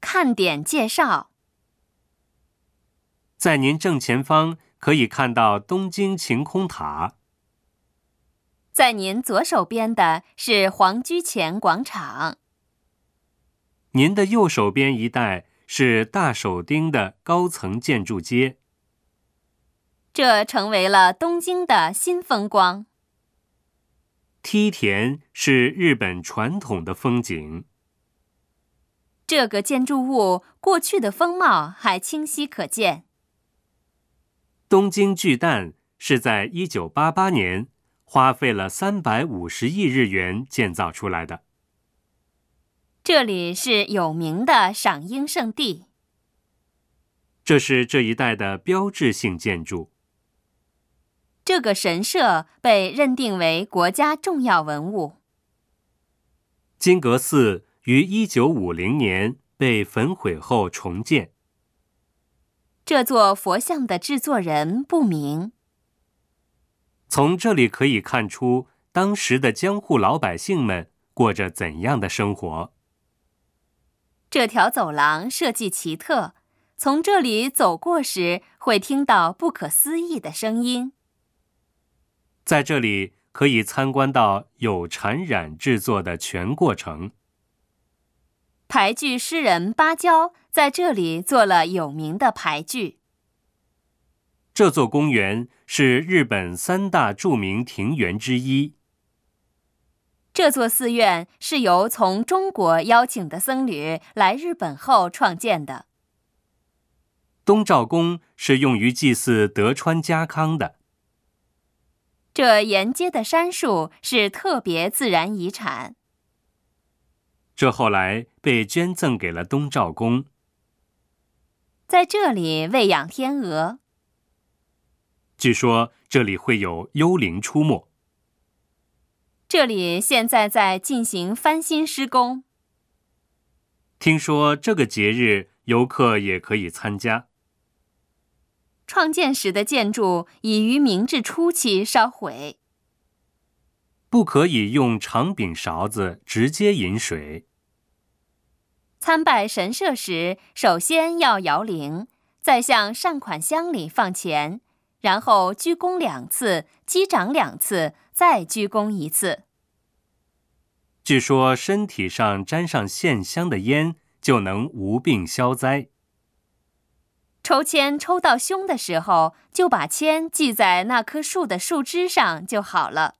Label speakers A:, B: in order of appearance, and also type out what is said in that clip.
A: 看点介绍。
B: 在您正前方可以看到东京晴空塔。
A: 在您左手边的是皇居前广场，
B: 您的右手边一带是大手町的高层建筑街。
A: 这成为了东京的新风光。
B: 梯田是日本传统的风景。
A: 这个建筑物过去的风貌还清晰可见。
B: 东京巨蛋是在一九八八年花费了三百五十亿日元建造出来的。
A: 这里是有名的赏樱圣地。
B: 这是这一带的标志性建筑。
A: 这个神社被认定为国家重要文物。
B: 金阁寺于一九五零年被焚毁后重建。
A: 这座佛像的制作人不明。
B: 从这里可以看出，当时的江户老百姓们过着怎样的生活。
A: 这条走廊设计奇特，从这里走过时会听到不可思议的声音。
B: 在这里可以参观到有产染制作的全过程。
A: 排剧诗人芭蕉在这里做了有名的排剧。
B: 这座公园是日本三大著名庭园之一。
A: 这座寺院是由从中国邀请的僧侣来日本后创建的。
B: 东照宫是用于祭祀德川家康的。
A: 这沿街的杉树是特别自然遗产。
B: 这后来被捐赠给了东照宫。
A: 在这里喂养天鹅，
B: 据说这里会有幽灵出没。
A: 这里现在在进行翻新施工。
B: 听说这个节日游客也可以参加。
A: 创建时的建筑已于明治初期烧毁。
B: 不可以用长柄勺子直接饮水。
A: 参拜神社时，首先要摇铃，再向善款箱里放钱，然后鞠躬两次，击掌两次，再鞠躬一次。
B: 据说身体上沾上线香的烟就能无病消灾。
A: 抽签抽到凶的时候，就把签系在那棵树的树枝上就好了。